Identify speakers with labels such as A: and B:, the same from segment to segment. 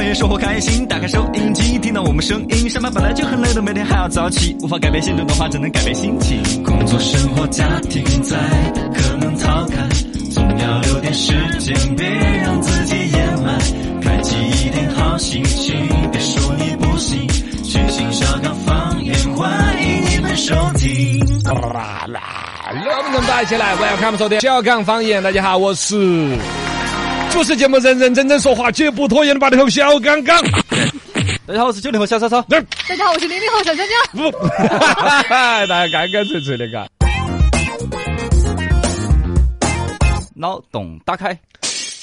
A: 天生活开心，打开收音机，听到我们声音。上班本来就很累的，每天还要早起，无法改变现状的话，只能改变心情。工作、生活、家庭在，可能逃开，总要留点时间，别让自己掩埋。开启一点好心情，别说你不行，全新小岗方言，欢迎你们收听。
B: 啦啦，那么大家一起来，Welcome 收听小港方言。大家好，我是主持节目认认真真说话，绝不拖延的八零后小刚刚。
A: 大哎家好，我是九零后小超超。
C: 大家好，我是零零后小香蕉。
B: 不，大家干干脆脆的嘎。
A: 脑洞打开，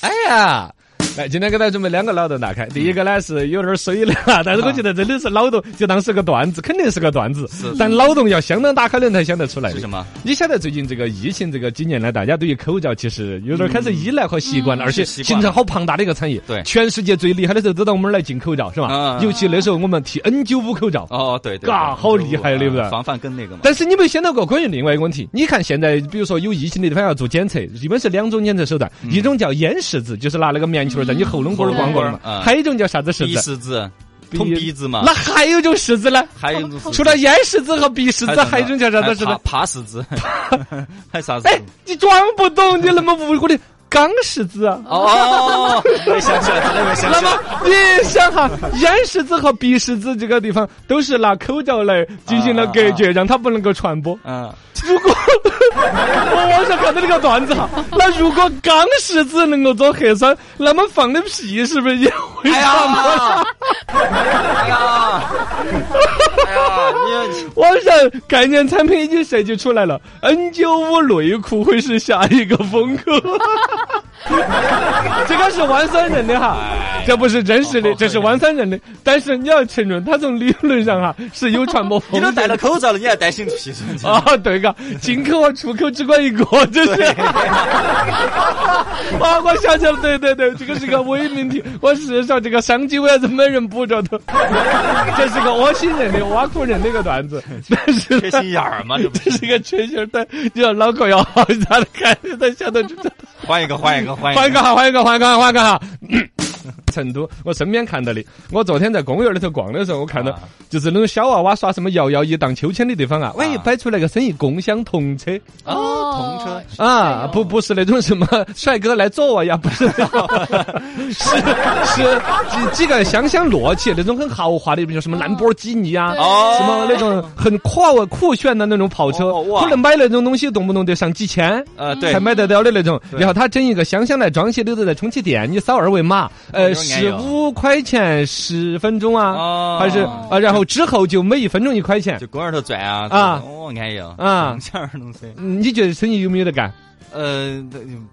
B: 哎呀。来，今天给大家准备两个脑洞打开。第一个呢是有点儿水了，但是我觉得真的是脑洞，就当是个段子，肯定是个段子。但脑洞要相当打开的人才想得出来的
A: 是什么？
B: 你晓得最近这个疫情这个几年来，大家对于口罩其实有点儿开始依赖和习惯了，而且
A: 嗯是习惯
B: 形成好庞大的一个产业。
A: 对
B: 全世界最厉害的时候都到我们那儿来进口罩，是吧
A: 嗯？
B: 尤其那时候我们提 N95 口罩，
A: 哦，对对，
B: 嘎
A: 对
B: 好厉害对不对
A: 防范跟那个嘛。
B: 但是你没想到过关于另外一个问题？你看现在，比如说有疫情的地方要做检测，一般是两种检测手段，
A: 嗯
B: 一种叫咽拭子，就是拿那个棉球儿在你喉咙管儿
A: 喉
B: 逛
A: 咙管
B: 逛
A: 儿
B: 嘛
A: 嗯；
B: 还有一种叫啥子
A: 鼻
B: 拭子？
A: 屎子，啊捅鼻子嘛
B: 那。还有一种拭子呢？
A: 还有一种是
B: 除了咽拭子和鼻拭子，还有一种叫啥子
A: 是
B: 拭子？
A: 爬屎子， 还啥子？
B: 哎，你装不懂，你那么无辜的钢拭子啊！
A: 哦，我想起来，他那边想
B: 那
A: 起来
B: 么。你想哈，咽拭子和鼻拭子这个地方都是拿口罩来进行了隔绝，让它不能够传播。
A: 嗯，
B: 如果我网上看到那个段子 哈，那如果钢拭子能够做核酸，那么放的屁是不是也会
A: 哎
B: 传播？
A: 呀，哎呀，哎呀，你
B: 网上概念产品已经设计出来了，N 九五内裤会是下一个 风口。这个是湾山人的哈，
A: 哎
B: 这不是真实
A: 哦
B: 的，这是湾山人的。但是你要承认，他从理论上哈是有传播风
A: 你
B: 险的。
A: 都戴了口罩了，你还担心屁事？
B: 啊，对个，进口和出口只管一个，这是。啊，我想起来，对对对，这个是个伪命题。我事实上这个商机为啥子没人捕捉到？ 这是个恶心人的、挖苦人的一个段子， 但是
A: 缺
B: 呢
A: 心眼儿嘛，这不
B: 这是一个缺心儿，但你要脑壳要好一点，看他想得出这。
A: 换一个，换一个，换
B: 换一
A: 一
B: 个
A: 个。
B: 哈，换一个，换一个，换一个哈。成都，我身边看到的。我昨天在公园里头逛的时候，我看到
A: 啊
B: 就是那种小娃娃耍什么摇摇椅、荡秋千的地方啊，万一
A: 啊
B: 摆出来个生意共享童车
A: 哦，童车，
B: 啊，不不是那种什么帅哥来坐我呀，不是那 种，是是几几个香香摞起那种很豪华的，比如什么兰博基尼啊，
A: 哦
B: 什么那种很酷酷炫的那种跑车
A: 哦，哇
B: 可能买那种东西动不动得上几千。
A: 呃，对
B: 才，买得到的那种。
A: 对
B: 然后他整一个香香来装起，里头在充气垫，你扫二维码，
A: 哦
B: 呃，
A: 有眼
B: 十
A: 有
B: 五块钱十分钟啊，
A: 哦
B: 还是啊，然后之后就每一分钟一块钱
A: 就。公园头转啊
B: 啊
A: 哦，安逸啊，
B: 啊
A: 共享儿童车，
B: 嗯你觉得生意有没有得干？
A: 呃，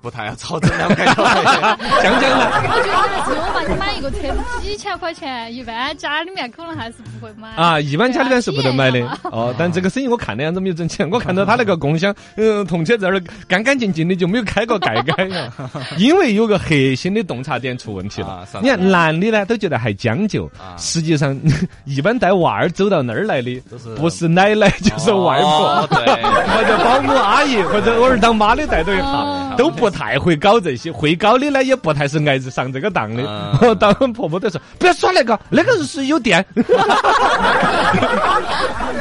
A: 不太要操，真的不太 要。
B: 香香呢？
C: 我觉得只有吧，你买一个车子几千块钱，一般家里面可能还是不会买。
B: 啊，一般家里面是不得买的
C: 便宜嘛
B: 哦。但这个生意我看的样子没有挣钱，我看到他那个共享，嗯，同车在那儿干干净净的，就没有开过盖盖 呀。因为有个核心的洞察点出问题
A: 啊
B: 了
A: 啥。子
B: 你看男的呢都觉得还将就
A: 啊，
B: 实际上 一般带娃儿走到那儿来的
A: 都是，
B: 不是奶奶就是外
A: 哦
B: 婆。
A: 对，
B: 或者保姆阿姨，或者偶尔当妈的带队一下
C: 哦，
B: 都不太会搞这些。会搞的呢，也不太是挨着上这个当的。
A: 嗯
B: 当婆婆都说不要耍那个，那个是有电。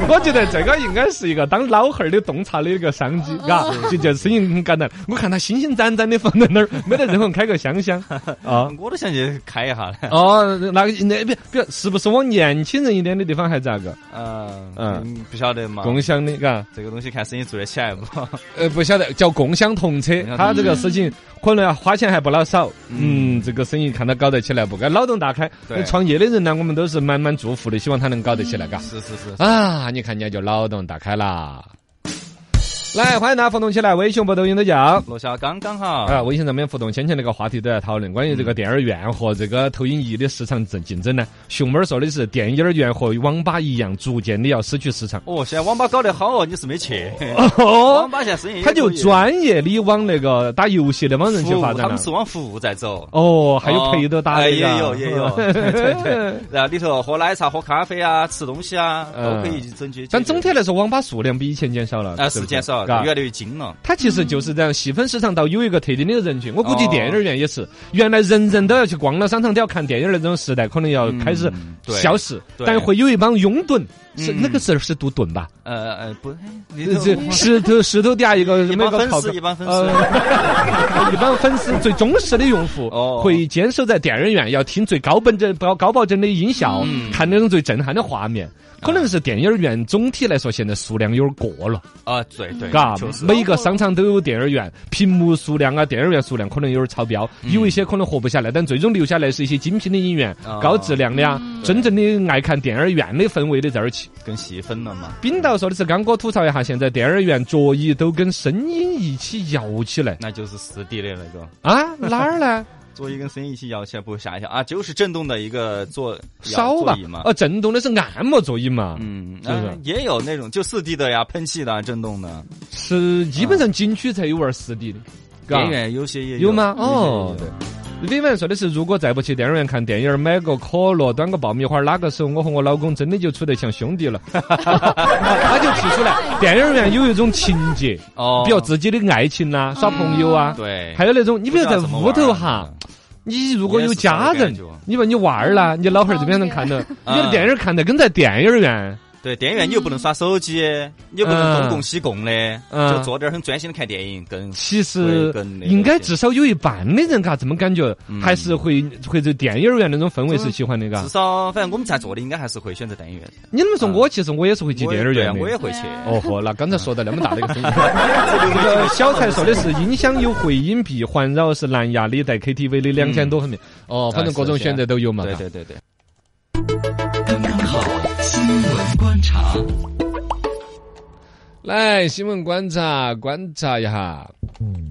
B: 我觉得这个应该是一个当老汉儿的洞察的一个商机，嘎，就觉得生意很简单。我看他星星展展的放在那儿，没得任何人开个香香啊。
A: 我都想去开一下了。
B: 哦，那个那比比，是不是往年轻人一点的地方还咋个
A: 嗯
B: 嗯
A: 嗯，不晓得嘛，
B: 共享的，啊嘎？
A: 这个东西看生意做得起 来不？
B: 呃，不晓得叫共享童车，他这个事情可能要啊花钱还不老少。嗯，这个生意看他搞得起来不？该脑洞大开
A: 对。
B: 创业的人呢，我们都是满满祝福的，希望他能搞得起来，嘎。
A: 是是是，
B: 啊，你看人家就脑洞大开啦。来，欢迎大家互动起来，微信、博抖音都叫。
A: 罗小刚刚好，
B: 啊，微信上面互动，先前那个话题都在讨论关于这个电影院和这个投影仪的市场竞竞争呢。熊猫儿说的是，电影院和网吧一样，逐渐的要失去市场。
A: 哦，现在网吧搞得好哦，你是没去，
B: 哦
A: 网，吧现在生意也
B: 他就
A: 可以
B: 专业的往那个打游戏的往人去
A: 服务
B: 发展
A: 他
B: 了
A: 们。是往服务在走。
B: 哦，还有陪着打
A: 哎
B: 的
A: 也
B: 呀
A: 有也 有，对对对，然后里头喝奶茶、喝咖啡啊、吃东西啊，都
B: 嗯
A: 可以整去。
B: 但总体来说，网吧数量比以前减少了，
A: 啊
B: 对
A: 是
B: 不对
A: 减少
B: 了嘎
A: 越来越精了。
B: 它其实就是这样，细分市场到有一个特定的人群。我估计
A: 哦
B: 电影院也是，原来人人都要去逛了商场，都要看电影儿的这种时代，可能要
A: 嗯
B: 开始
A: 对
B: 消失。
A: 对
B: 但会有一帮拥趸，是
A: 嗯
B: 那个字儿是读趸吧？
A: 呃呃，不，哎你
B: 这
A: 这
B: 这石头石头底下一个
A: 一
B: 什么
A: 般
B: 个
A: 粉
B: 烤
A: 丝，一般粉丝，
B: 呃，一般粉丝最忠实的用户
A: 哦
B: 会坚守在电影院，要听最高本真、高高保真的音效，
A: 嗯
B: 看那种最震撼的画面。可能是电影院总体来说现在数量有点过了，
A: 啊，对对，
B: 嘎
A: 就是，
B: 每个商场都有电影院，屏幕数量啊，电影院数量可能有点超标，
A: 嗯
B: 有一些可能活不下来，但最终留下来是一些精品的影院
A: 哦、
B: 高质量的啊，真正的爱看电影院的氛围的这儿去。
A: 更细分了嘛，
B: 冰道说的是刚哥吐槽一下，现在电影院座椅都跟声音一起摇起来
A: 那就是四 D 的那个。
B: 啊，哪儿呢？
A: 座椅跟声音一起摇起来，不会吓一跳啊？就是震动的一个座摇
B: 烧
A: 座
B: 吧
A: 椅，嘛。
B: 啊，震动的是按摩座椅嘛，
A: 嗯，
B: 是不是
A: 呃也有那种就四 D 的呀，喷气的、啊、震动的。
B: 是基本上景区才有玩四 D 的，
A: 电
B: 嘎
A: 影。院有些也
B: 有吗哦
A: 对，
B: 李文说的是，如果再不去电影院看电影，买个可乐，端个爆米花，哪个时候我和我老公真的就处得像兄弟 了？他就提出来，电影院有一种情节，
A: 哦，嗯
B: 比如自己的爱情呐、耍朋友啊，
A: 对，
B: 还有那种你比如在屋头哈。
A: 不知道
B: 你如果有家
A: 嗯也是
B: 人
A: 这种感觉，
B: 你把你娃儿啦，你老汉儿这边能看到，
A: 嗯
B: 你的电影看的跟在电影院，
A: 怎么玩对电影院你又不能耍手机，你又不能
B: 嗯
A: 东供西供的，
B: 嗯
A: 就坐这儿很专心的看电影，更
B: 其
A: 会
B: 实
A: 更那个
B: 应该
A: 些
B: 至少有一半的人嘎，这么感觉
A: 嗯
B: 还是会会对电影院那种氛围是喜欢的嘎
A: 至。少反正我们在座的应该还是会选择电影院。
B: 你那么说，
A: 嗯
B: 我其实我也是会去
A: 我
B: 电
A: 也
B: 影
A: 对啊
B: 院
A: 我也
B: 的。
A: 会去。
B: 哦豁，那刚才说到那么大的一个 风险。这个啊小才说的是音响有回音壁，环绕是蓝牙的，带 KTV 的两千多分
A: 嗯
B: 辨。哦，反正各种选择都有嘛。
A: 啊对
B: 嘎
A: 对对对，
D: 刚刚好，新闻观察。
B: 来，新闻观察观察一下。
A: 嗯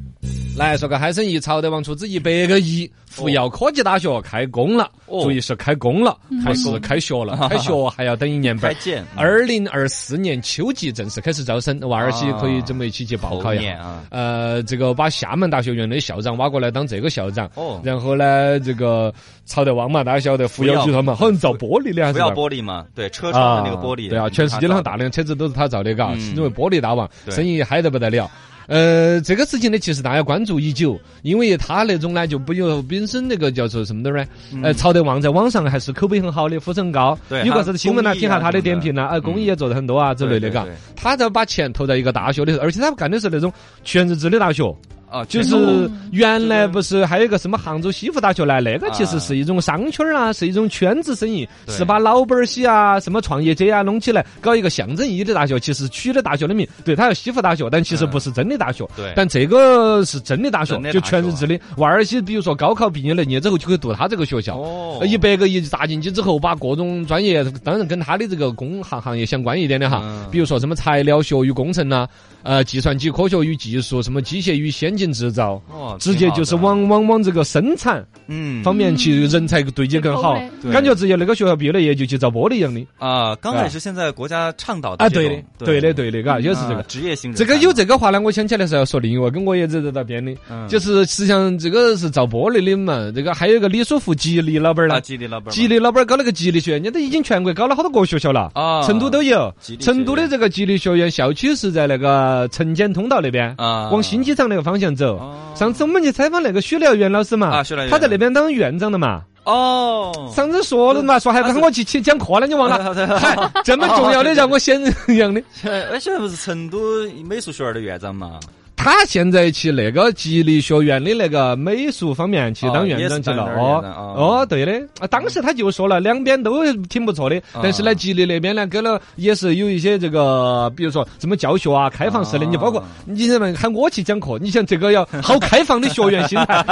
B: 来说个海参一朝得王出资一百个亿，福耀科技大学开工了。
A: 哦嗯
B: 注意是开工了，还是开 学了？开学还要等一年半
A: 开。建
B: 二零二四年秋季正式开始招生，娃儿些可以准备起去报考一
A: 后年
B: 下
A: 啊。
B: 呃，这个把厦门大学原来的校长挖过来当这个校长
A: 哦，
B: 然后呢，这个朝德旺嘛，大家晓得福耀集团嘛，好像造玻璃的还是
A: 不
B: 咋
A: 要
B: 个
A: 玻璃嘛，对车窗的那个玻璃，
B: 对啊，全世界
A: 那
B: 上大量车子都是他造的，嘎，
A: 嗯
B: 因为玻璃大王，
A: 对
B: 生意嗨得不得了。呃，这个事情呢，其实大家关注已久，因为他那种呢，就不有本身那个叫做什么的呢？呃，曹德旺在网上还是口碑很好的，呼声高。
A: 嗯对
B: 有个是新闻
A: 他
B: 呢，
A: 公益啊
B: 听下他的点评呢，
A: 什么的嗯
B: 啊，公益也做得很多啊之类的，
A: 对对
B: 嘎
A: 对。
B: 他在把钱投在一个大学里头，而且他干的是那种全日制的大学，
A: 啊，
B: 就
A: 全部
B: 是原来不是还有一个什么杭州西湖大学来，那个其实是一种商圈儿啊，是一种圈子生意，
A: 啊对
B: 是把老板儿些啊、什么创业者啊弄起来，搞一个象征意义的大学，其实取了大学的名，对，它叫西湖大学，但其实
A: 嗯
B: 不是真的大学，
A: 对
B: 但这个是真的大学
A: 真，的
B: 就
A: 大
B: 全日
A: 学啊
B: 制的，娃儿些比如说高考毕业了，你之后就可以读他这个学校，
A: 哦
B: 呃一百个亿砸进去之后，把各种专业，当然跟他的这个工行行业相关一点的哈，
A: 嗯
B: 比如说什么材料学与工程呐、呃，计算机科学与技术，什么机械与先进制造。
A: 哦，
B: 直接就是
A: 挺好的
B: 往往往这个生产
A: 嗯
B: 方面去，人才对接更好
C: 嗯，
A: 对
B: 感觉直接那个学校毕业了也就去造玻璃一样的
A: 啊，刚开始现在国家倡导的
B: 啊，
A: 这种
B: 对的，对的，，嗯对的，嘎，也是这
A: 啊
B: 个。
A: 职业型人才
B: 这个有这个话呢，我想起来是要说另外跟我也在这那边的，
A: 嗯
B: 就是实际上这个是造玻璃的嘛，这个还有一个李书福吉利老板儿
A: 啊，
B: 呢，
A: 吉利老板嘛，
B: 吉利老板儿搞了个吉利学院，人家都已经全国搞了好多个学校了，
A: 啊，
B: 成都都有
A: 吉。利学院
B: 成都的这个吉利学院校区是在那个城监通道那边，
A: 啊，
B: 往新机场那个方向走。
A: 哦
B: 上次我们去采访那个许燎原老师嘛
A: 啊许燎，原
B: 他在那边当院长的嘛。
A: 哦，
B: 上次说了嘛，说还不喊我去去讲课了，你忘了？嗨，这么重要的让我先一样的。
A: 哎，现在不是成都美术学院的院长嘛？
B: 他现在去那个吉利学院的那个美术方面去当院长去了。
A: 哦也是当
B: 哦
A: 院长
B: 哦，对的，啊，当时他就说了，两边都挺不错的，但是呢，
A: 啊
B: 吉利那边呢，给了也是有一些这个，比如说什么教学啊、开放式的，
A: 啊
B: 你包括你这么喊我去讲课，你想这个要好开放的学院心 态，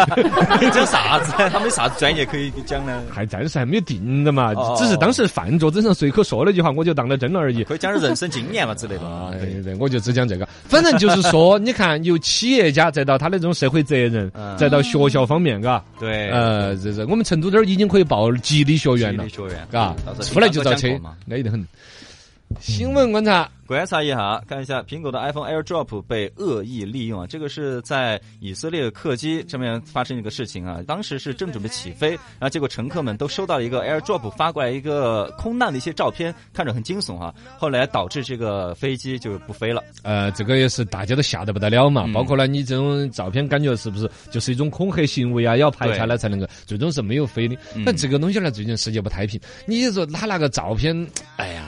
A: 讲啥子？他们啥子专业可以讲呢？
B: 还哎暂时还没有定的嘛
A: 哦，
B: 只是当时饭桌子上随口说了一句话，我就当了真了而已。
A: 可以讲点人生经验嘛之类的
B: 啊
A: 啊，
B: 对对对，我就只讲这个。反正就是说， 你看，由企业家再到他那种社会责任
A: 嗯，
B: 再到学校方面，嘎，
A: 对，
B: 呃，这是我们成都这儿已经可以报吉利学
A: 学
B: 院了，
A: 学院，
B: 嘎
A: 到时，候
B: 出来就造车
A: 讲课嘛，
B: 累得很。新闻观察，
A: 观察一下，看一下苹果的 iPhone AirDrop 被恶意利用啊！这个是在以色列客机上面发生一个事情啊，当时是正准备起飞，然后结果乘客们都收到了一个 AirDrop 发过来一个空难的一些照片，看着很惊悚啊。后来导致这个飞机就不飞了。
B: 呃，这个也是大家都吓得不得了嘛。
A: 嗯
B: 包括呢，你这种照片感觉是不是就是一种恐吓行为啊？要拍下来才能够，最终是没有飞的。
A: 嗯
B: 但这个东西呢，最近世界不太平，你就说他那个照片，哎 呀。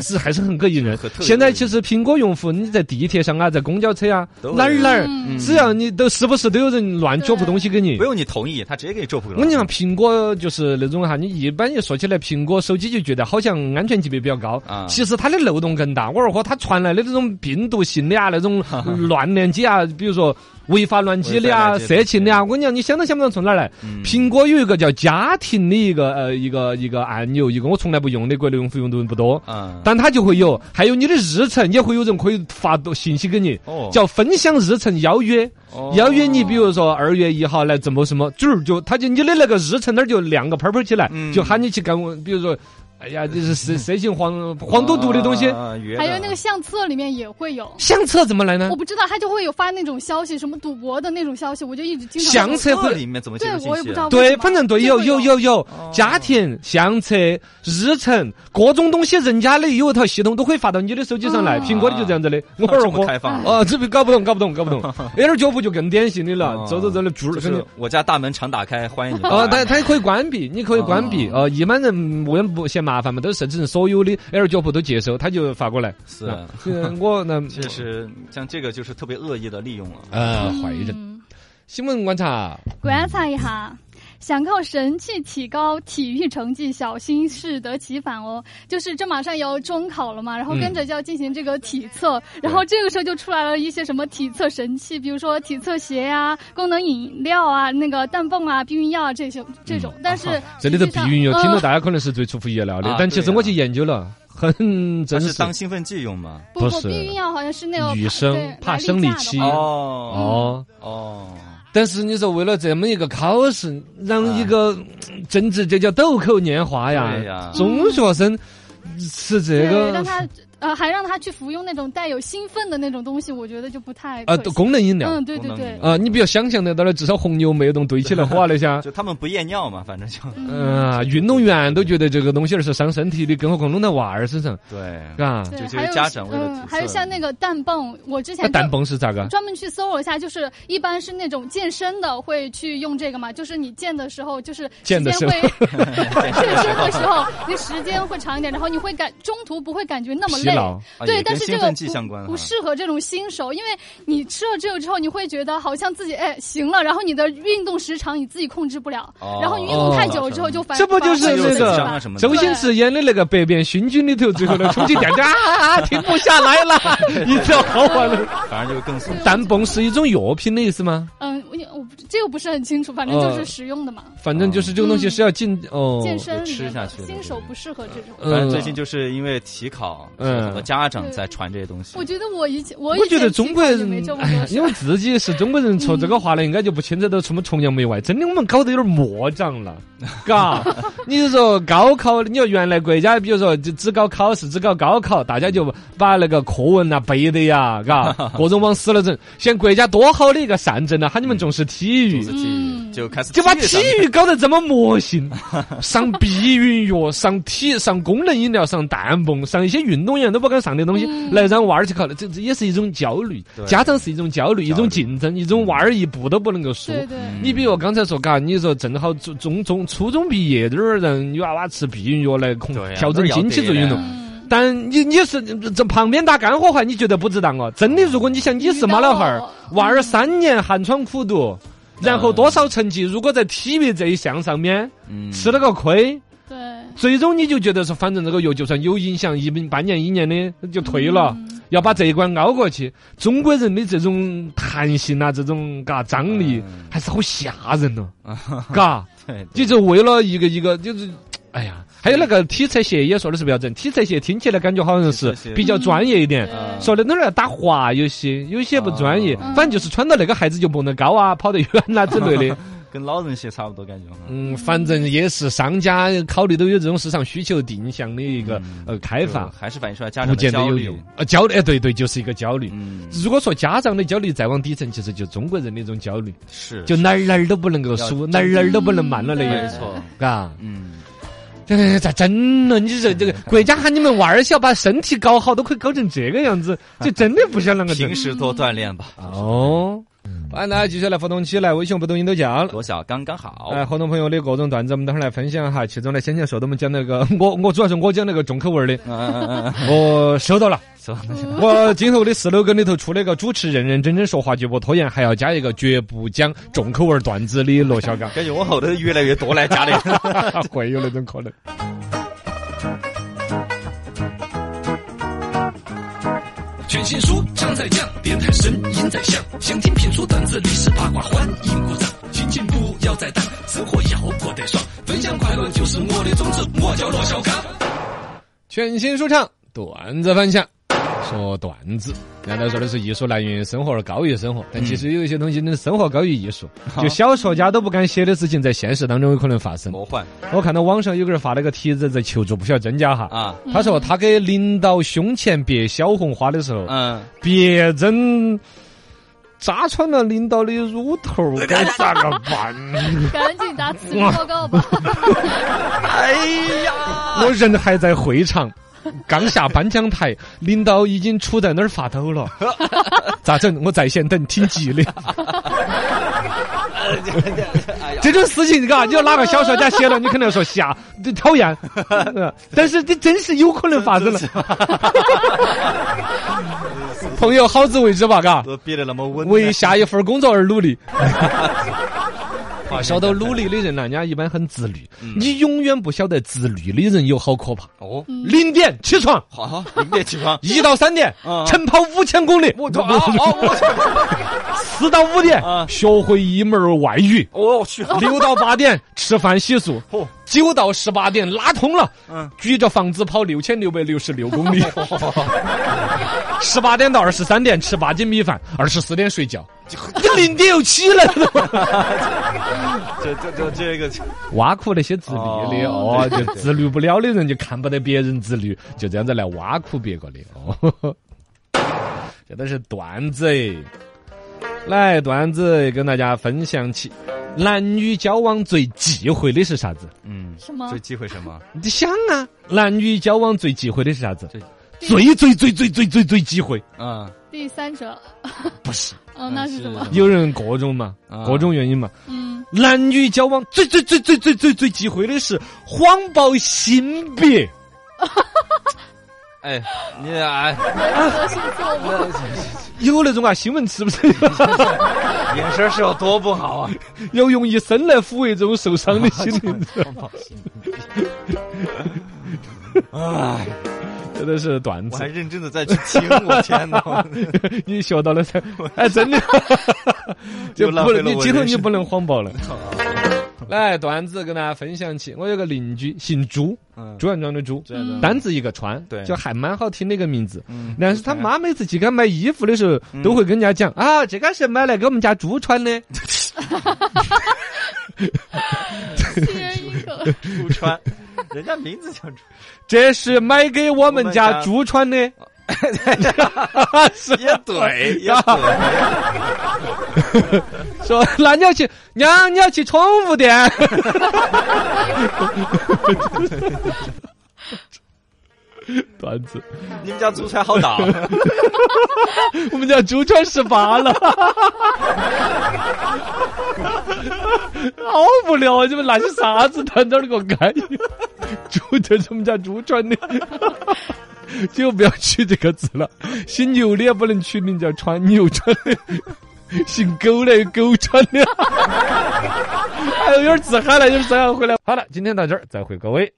B: 是还是很膈应人
A: 很。特别
B: 现在
A: 膈应
B: 其实苹果用户，你在地铁上啊，在公交车啊，
A: 都
B: 哪儿
A: 有
B: 哪儿，
C: 嗯
B: 只要你都时不时都有人乱脚铺东西给你
A: 不。用你同意，他直接给你做扑克
B: 我跟你讲，苹果就是那种哈，你一般一说起来苹果手机就觉得好像安全级别比较高，
A: 啊
B: 其实它的漏洞更大。我二货它传来的这种病毒性的啊，那种乱联 机啊，比如说违法乱纪的啊、
A: 违法乱纪的
B: 色情的啊，我跟你讲，你想都想不到从哪儿来。
A: 嗯
B: 苹果有一个叫家庭的一个呃一个一个按钮，一个我从来不用的，国内用户用的不多。
A: 嗯，
B: 但它就会有，还有你的日程也会有人可以发多信息给你，
A: 哦
B: 叫分享日程邀约。
A: 哦
B: 邀约你，比如说二月一号来怎么什么，就是就他就你的那个日程那儿就亮个泡泡起来，
A: 嗯
B: 就喊你去干我，比如说。哎呀，这是色色情黄黄赌毒的东西，
A: 啊约的
C: 还有那个相册里面也会有，
B: 相册怎么来呢
C: 我？不知道他就会有发那种消息，什么赌博的那种消息，我就一直经常
B: 相册
A: 这
B: 会
A: 里面怎么接
C: 对
A: 入信息啊？
C: 我也不知道为什
B: 对，
C: 么
B: 反正对，
C: 就
B: 有
C: 会
B: 有
C: 有
B: 有
C: 哦
B: 有，家庭相册、日程，各种东西，人家的有一套系统都会发到你的手机上来。
C: 嗯
B: 苹果的就这样子的，我
A: 这
B: 二
A: 么
B: 货
A: 开放啊
B: 哦，这不搞不懂，搞不懂，搞 不懂。Air 脚步就更典型的了
A: 哦，
B: 走走走的，猪
A: 就
B: 跟你
A: 是我家大门常打开，欢迎你。
B: 哦，它它也可以关闭，你可以关闭。
A: 哦
B: 哦，一般人为了不嫌麻烦嘛，都是甚至所有的 Air 脚步都接收，他就发过 来。
A: 是
B: 啊，呃我呢，
A: 确实像这个就是特别恶意的利用了。啊
B: 呃，坏人。
C: 嗯，
B: 新闻观察，
C: 观察一下。想靠神气提高体育成绩，小心适得其反哦。就是这马上要中考了嘛，然后
B: 嗯
C: 跟着就要进行这个体测，然后这个时候就出来了一些什么体测神器，比如说体测鞋呀、功能饮料啊、那个氮泵啊、避孕药啊这些这
B: 嗯
C: 种。但是
B: 这里头
C: 实际
B: 避
C: 上
B: 孕药，
C: 呃
B: 听到大家可能是最出乎意料的
A: 啊，
B: 但其实
A: 对啊
B: 我去研究了，
C: 啊
B: 很
A: 它
B: 真
A: 是
B: 实。
A: 当兴奋剂用吗？
C: 不
B: 不
C: 不
B: 是
C: 避孕药好像是那个
B: 女
C: 怕
B: 生
C: 对
B: 怕
C: 来例
B: 生理
C: 假的
B: 期
C: 话嗯
A: 哦
B: 哦，
A: 哦，
B: 但是你说为了这么一个考试，让一个嗯政治这叫豆蔻年华
A: 对
B: 哎呀，
A: 呀，
B: 中学生吃这
C: 对，
B: 个
C: 让他呃还让他去服用那种带有兴奋的那种东西，我觉得就不太
B: 呃
C: 可行
B: 功能饮料
C: 嗯，对
A: 功
C: 对
A: 能饮
C: 对
A: 料，
B: 啊，你比较想象得到的，至少红牛没有动堆起来火啊那些。
A: 就他们不夜尿嘛，反正就
C: 嗯，
B: 嗯，运动员都觉得这个东西儿是伤身体的，更何况弄到娃儿啊身上，
A: 对。
B: 嘎。
A: 就
C: 对，
A: 这
C: 还
A: 些
C: 有
A: 家长为了
C: 嗯，
A: 体
C: 还有
A: 测
C: 像那个氮泵，我之前
B: 那
C: 就
B: 氮泵啊是咋个？
C: 专门去搜了一下，就是一般是那种健身的会去用这个嘛，就是你健的时候，就是
B: 健
C: 时
B: 的
C: 间
B: 时候
C: 会 健身的时候，你时间会长一点，然后你会感中途不会感觉那么
B: 疲
C: 累，
B: 劳。嗯
A: 啊也
C: 对，
A: 跟
C: 但是这
A: 兴
C: 个
A: 奋剂
C: 不
A: 相关
C: 不
A: 哈
C: 适合这种新手，因为你吃了这个之后，你会觉得好像自己哎行了，然后你的运动时长你自己控制不了，
A: 哦
C: 然后你运动太久了之后就反
B: 这不哦就是
C: 反而会
B: 那
C: 自己
B: 个
A: 伤
C: 反
A: 啊什么的
B: 周？星驰演的那个《百变星君》里头，最后那充气 垫垫啊，停不下来了，你知道好玩的。
A: 反正就更怂。
B: 氮泵是一种药品的意思吗？
C: 嗯，我也我不这个不是很清楚，反正就
B: 哦
C: 是食用的嘛，
B: 反正就是这个东西是要进哦。
C: 嗯健身里
A: 吃
C: 面
A: 下
C: 的
A: 去的
C: 新手
A: 对
C: 不适合这种。
A: 反正最
B: 嗯
A: 近就是因为体考，
B: 嗯
A: 有很多家长在传这些东西
C: 我。觉得我以前我
B: 我
C: 以
B: 觉得
C: 前
B: 中
C: 其
B: 国
C: 实
B: 人
C: 也没这么
B: 哎呀因
C: 多事。
B: 为自己是中国 人，说这个话呢，应该就不牵扯到什么崇洋媚外。真的，我们搞得有点魔障了， 嘎。你就说高考，你说原来国家，比如说就只搞考试，只搞高考，大家就把那个课文啊背的呀， 嘎，各种往死了整。现在国家多好的一个善政啊，喊你们重视体育
A: 就是。
C: 嗯
A: 体就开始
B: 就把
A: 体育
B: 体
A: 上面
B: 育搞得这么 魔性，上避孕药、上体、上功能饮料、上氮泵、上一些运动员都不敢上的东西，
C: 嗯
B: 来让娃儿去考虑，这这也是一种焦虑。
A: 对
B: 家长是一种焦虑，一
A: 焦虑
B: 种竞争，一种娃儿一步都不能够输。
C: 对对，
A: 嗯
B: 你比如刚才说，嘎，你说正好中中中初中毕业，这儿人女娃娃吃避孕药来控
A: 对啊
B: 调整经期做运动。
C: 嗯，
B: 但你你是这旁边打干火话，你觉得不值当哦？真的，如果你想你是妈老汉儿
C: 遇到，
B: 娃儿三年寒窗苦读，然后多少成绩，如果在体育这一项上面
A: 嗯
B: 吃了个亏，
C: 对，
B: 最终你就觉得说，反正这个药就算有影响，一半年一年的就退了。
C: 嗯
B: 要把这一关熬过去，中国人的这种弹性啊，这种嘎张力
A: 嗯
B: 还是好吓人 哦，嘎，
A: 对，
B: 你就为了一个一个就是，
A: 嗯
B: 哎呀，还有那个体测鞋也说的是不要整，体测鞋听起来感觉好像是
A: 体测鞋
B: 比较专业一点
C: 对，
A: 嗯
B: 说的哪儿要打滑，有些有些不专业，
A: 哦
B: 反正就是穿到那个鞋子就不能高啊，跑得远啦、之类的。
A: 跟老人鞋差不多感觉哈。
B: 嗯，反正也是商家考虑到有这种市场需求定向的一个、
A: 嗯
B: 呃开放
A: 就，还是反映出来家
B: 不
A: 长的
B: 见得
A: 焦
B: 有
A: 虑
B: 用。。呃，焦虑，哎，对对，就是一个焦虑。
A: 嗯，
B: 如果说家长的焦虑再往底层，其实就中国人的一种焦虑，
A: 是，
B: 就哪儿哪儿都不能够
A: 要
B: 输，哪儿哪儿都不能慢了那
C: 嗯
B: 个，
A: 没错，
B: 嘎。
A: 嗯，
B: 哎，咋真了？你这这个国家喊你们娃儿小把身体搞好，都可以搞成这个样子，就真的不想啷个整
A: 平时多锻炼吧，
B: 哎哦。好，那接下来互动区来，微信、不抖音都叫了。
A: 多小刚刚好。
B: 哎，好多朋友的各种段子，我们等会儿来分享哈。其中呢，先前说的我哎们讲那个，我我主要是我讲那个重口味儿 的，
A: 嗯嗯嗯嗯，
B: 我收到了。
A: 走，，
B: 我今后的 slogan 里头出了一个主持认认真真说话，绝不拖延，还要加一个绝不讲重口味儿段子的罗小刚
A: 感觉我后头越来越多来 家的。
B: 会有那种可能。
D: 全新书唱在讲，电台声音在响，想听评书段子、历史八卦，欢迎鼓掌。心情不要再淡，生活要过得爽，分享快乐就是我的宗旨。我叫罗小刚。
B: 全新说唱段子分享，说段子。难道说的是艺术来源于生活而高于生活？但其实有一些东西，那生活高于艺
D: 嗯
B: 术。就小说家都不敢写的事情，在现实当中有可能发生。
A: 魔幻
B: 我看到网上有个人发了个帖子在求助，不晓得真假哈。
A: 啊，
C: 嗯
B: 他说他给领导胸前别小红花的时候，
A: 嗯，
B: 别针扎穿了领导的乳头，该咋个办？
C: 赶紧打辞职报告吧。
A: 哎呀，
B: 我人还在会场，刚下颁奖台，领导已经杵在那儿发抖了， 咋整？我在线等，挺急的。这种事情，嘎，你要哪个小说家写了，你肯定要说瞎，这讨厌。呃但是这真是有可能发生了。 朋友，好自为之吧，嘎。
A: 都憋得那么稳，
B: 为下一份工作而 努力。啊，晓得努力的人呢，人家一般很自律。
A: 嗯
B: 你永远不晓得自律的人有好可怕。
A: 哦，
B: 零点起床，。
A: 好好，你别起床
B: 一到三点
A: 嗯
B: 晨跑五千公里，
A: 我啊啊！
B: 四到五点
A: 嗯
B: 学会一门外语，
A: 我我哦去，哦
B: 六到八点吃饭洗漱
A: 嚯，
B: 九到十八点拉通了，
A: 嗯
B: 举着房子跑六千六百六十六公 里，十八点到二十三点吃八斤米饭，二十四点睡觉，你零点又起来了。
A: 这这这这个
B: 挖苦那些自律的
A: 哦
B: 哦，就自律不了的人就看不得别人自律，就这样子来挖苦别个的哦。 这都是段子哎，来段子跟大家分享起。男女交往最忌讳的是啥子？
A: 嗯，
C: 什么
A: 最忌讳什 么？
B: 你想啊，男女交往最忌讳的是啥子
A: 最？
B: 最最最最最最最忌讳，
A: 嗯，
C: 第三者？
B: 不是
C: 哦，那是什么？
B: 有人各种嘛，
A: 啊
B: 各种原因嘛。
C: 嗯，
B: 男女交往最最最最最最最忌讳的是谎报性别。
A: 哎，你哎，
C: 核心错误。
B: 有那种啊，新闻吃 不吃，
A: 眼神是有多不好啊？
B: 要用一生来抚慰这种受伤 的心灵。
A: 哎，
B: 这都是段
A: 我
B: 子
A: 还，认真的在去听，我天哪！
B: 你学到了噻？哎，真的，就
A: 又浪
B: 不
A: 费
B: 能，
A: 了
B: 你
A: 我
B: 今后
A: 人
B: 你
A: 生
B: 不能 谎报了。来，段子跟大家分享起。我有个邻居姓朱，
A: 嗯，
B: 朱元璋的朱，
A: 这个
B: 单字一个川，
A: 对
B: 就还蛮好听的一个名字。
A: 嗯
B: 但是他妈每次去给他买衣服的时候，
A: 嗯
B: 都会跟人家讲啊，这个是买来给我们家猪穿 的。
C: 一人一个，
A: 出川， 人家名字叫出，
B: 这是买给我
A: 我
B: 们
A: 们家
B: 家猪穿的。
A: 也对，也 对，
B: 说那你要去，娘你要去宠物 店。段子，
A: 你们家祖传好大，
B: 我们家猪穿十八了，好无聊啊！你们那些啥子团团给我干？猪就是我们家猪穿的，就不要取这个字了。姓牛的也不能取名叫穿牛穿的，姓狗的有 狗穿的。哎呦，有点自嗨了，有点自嗨，回来。好了，今天到这儿，再会各位。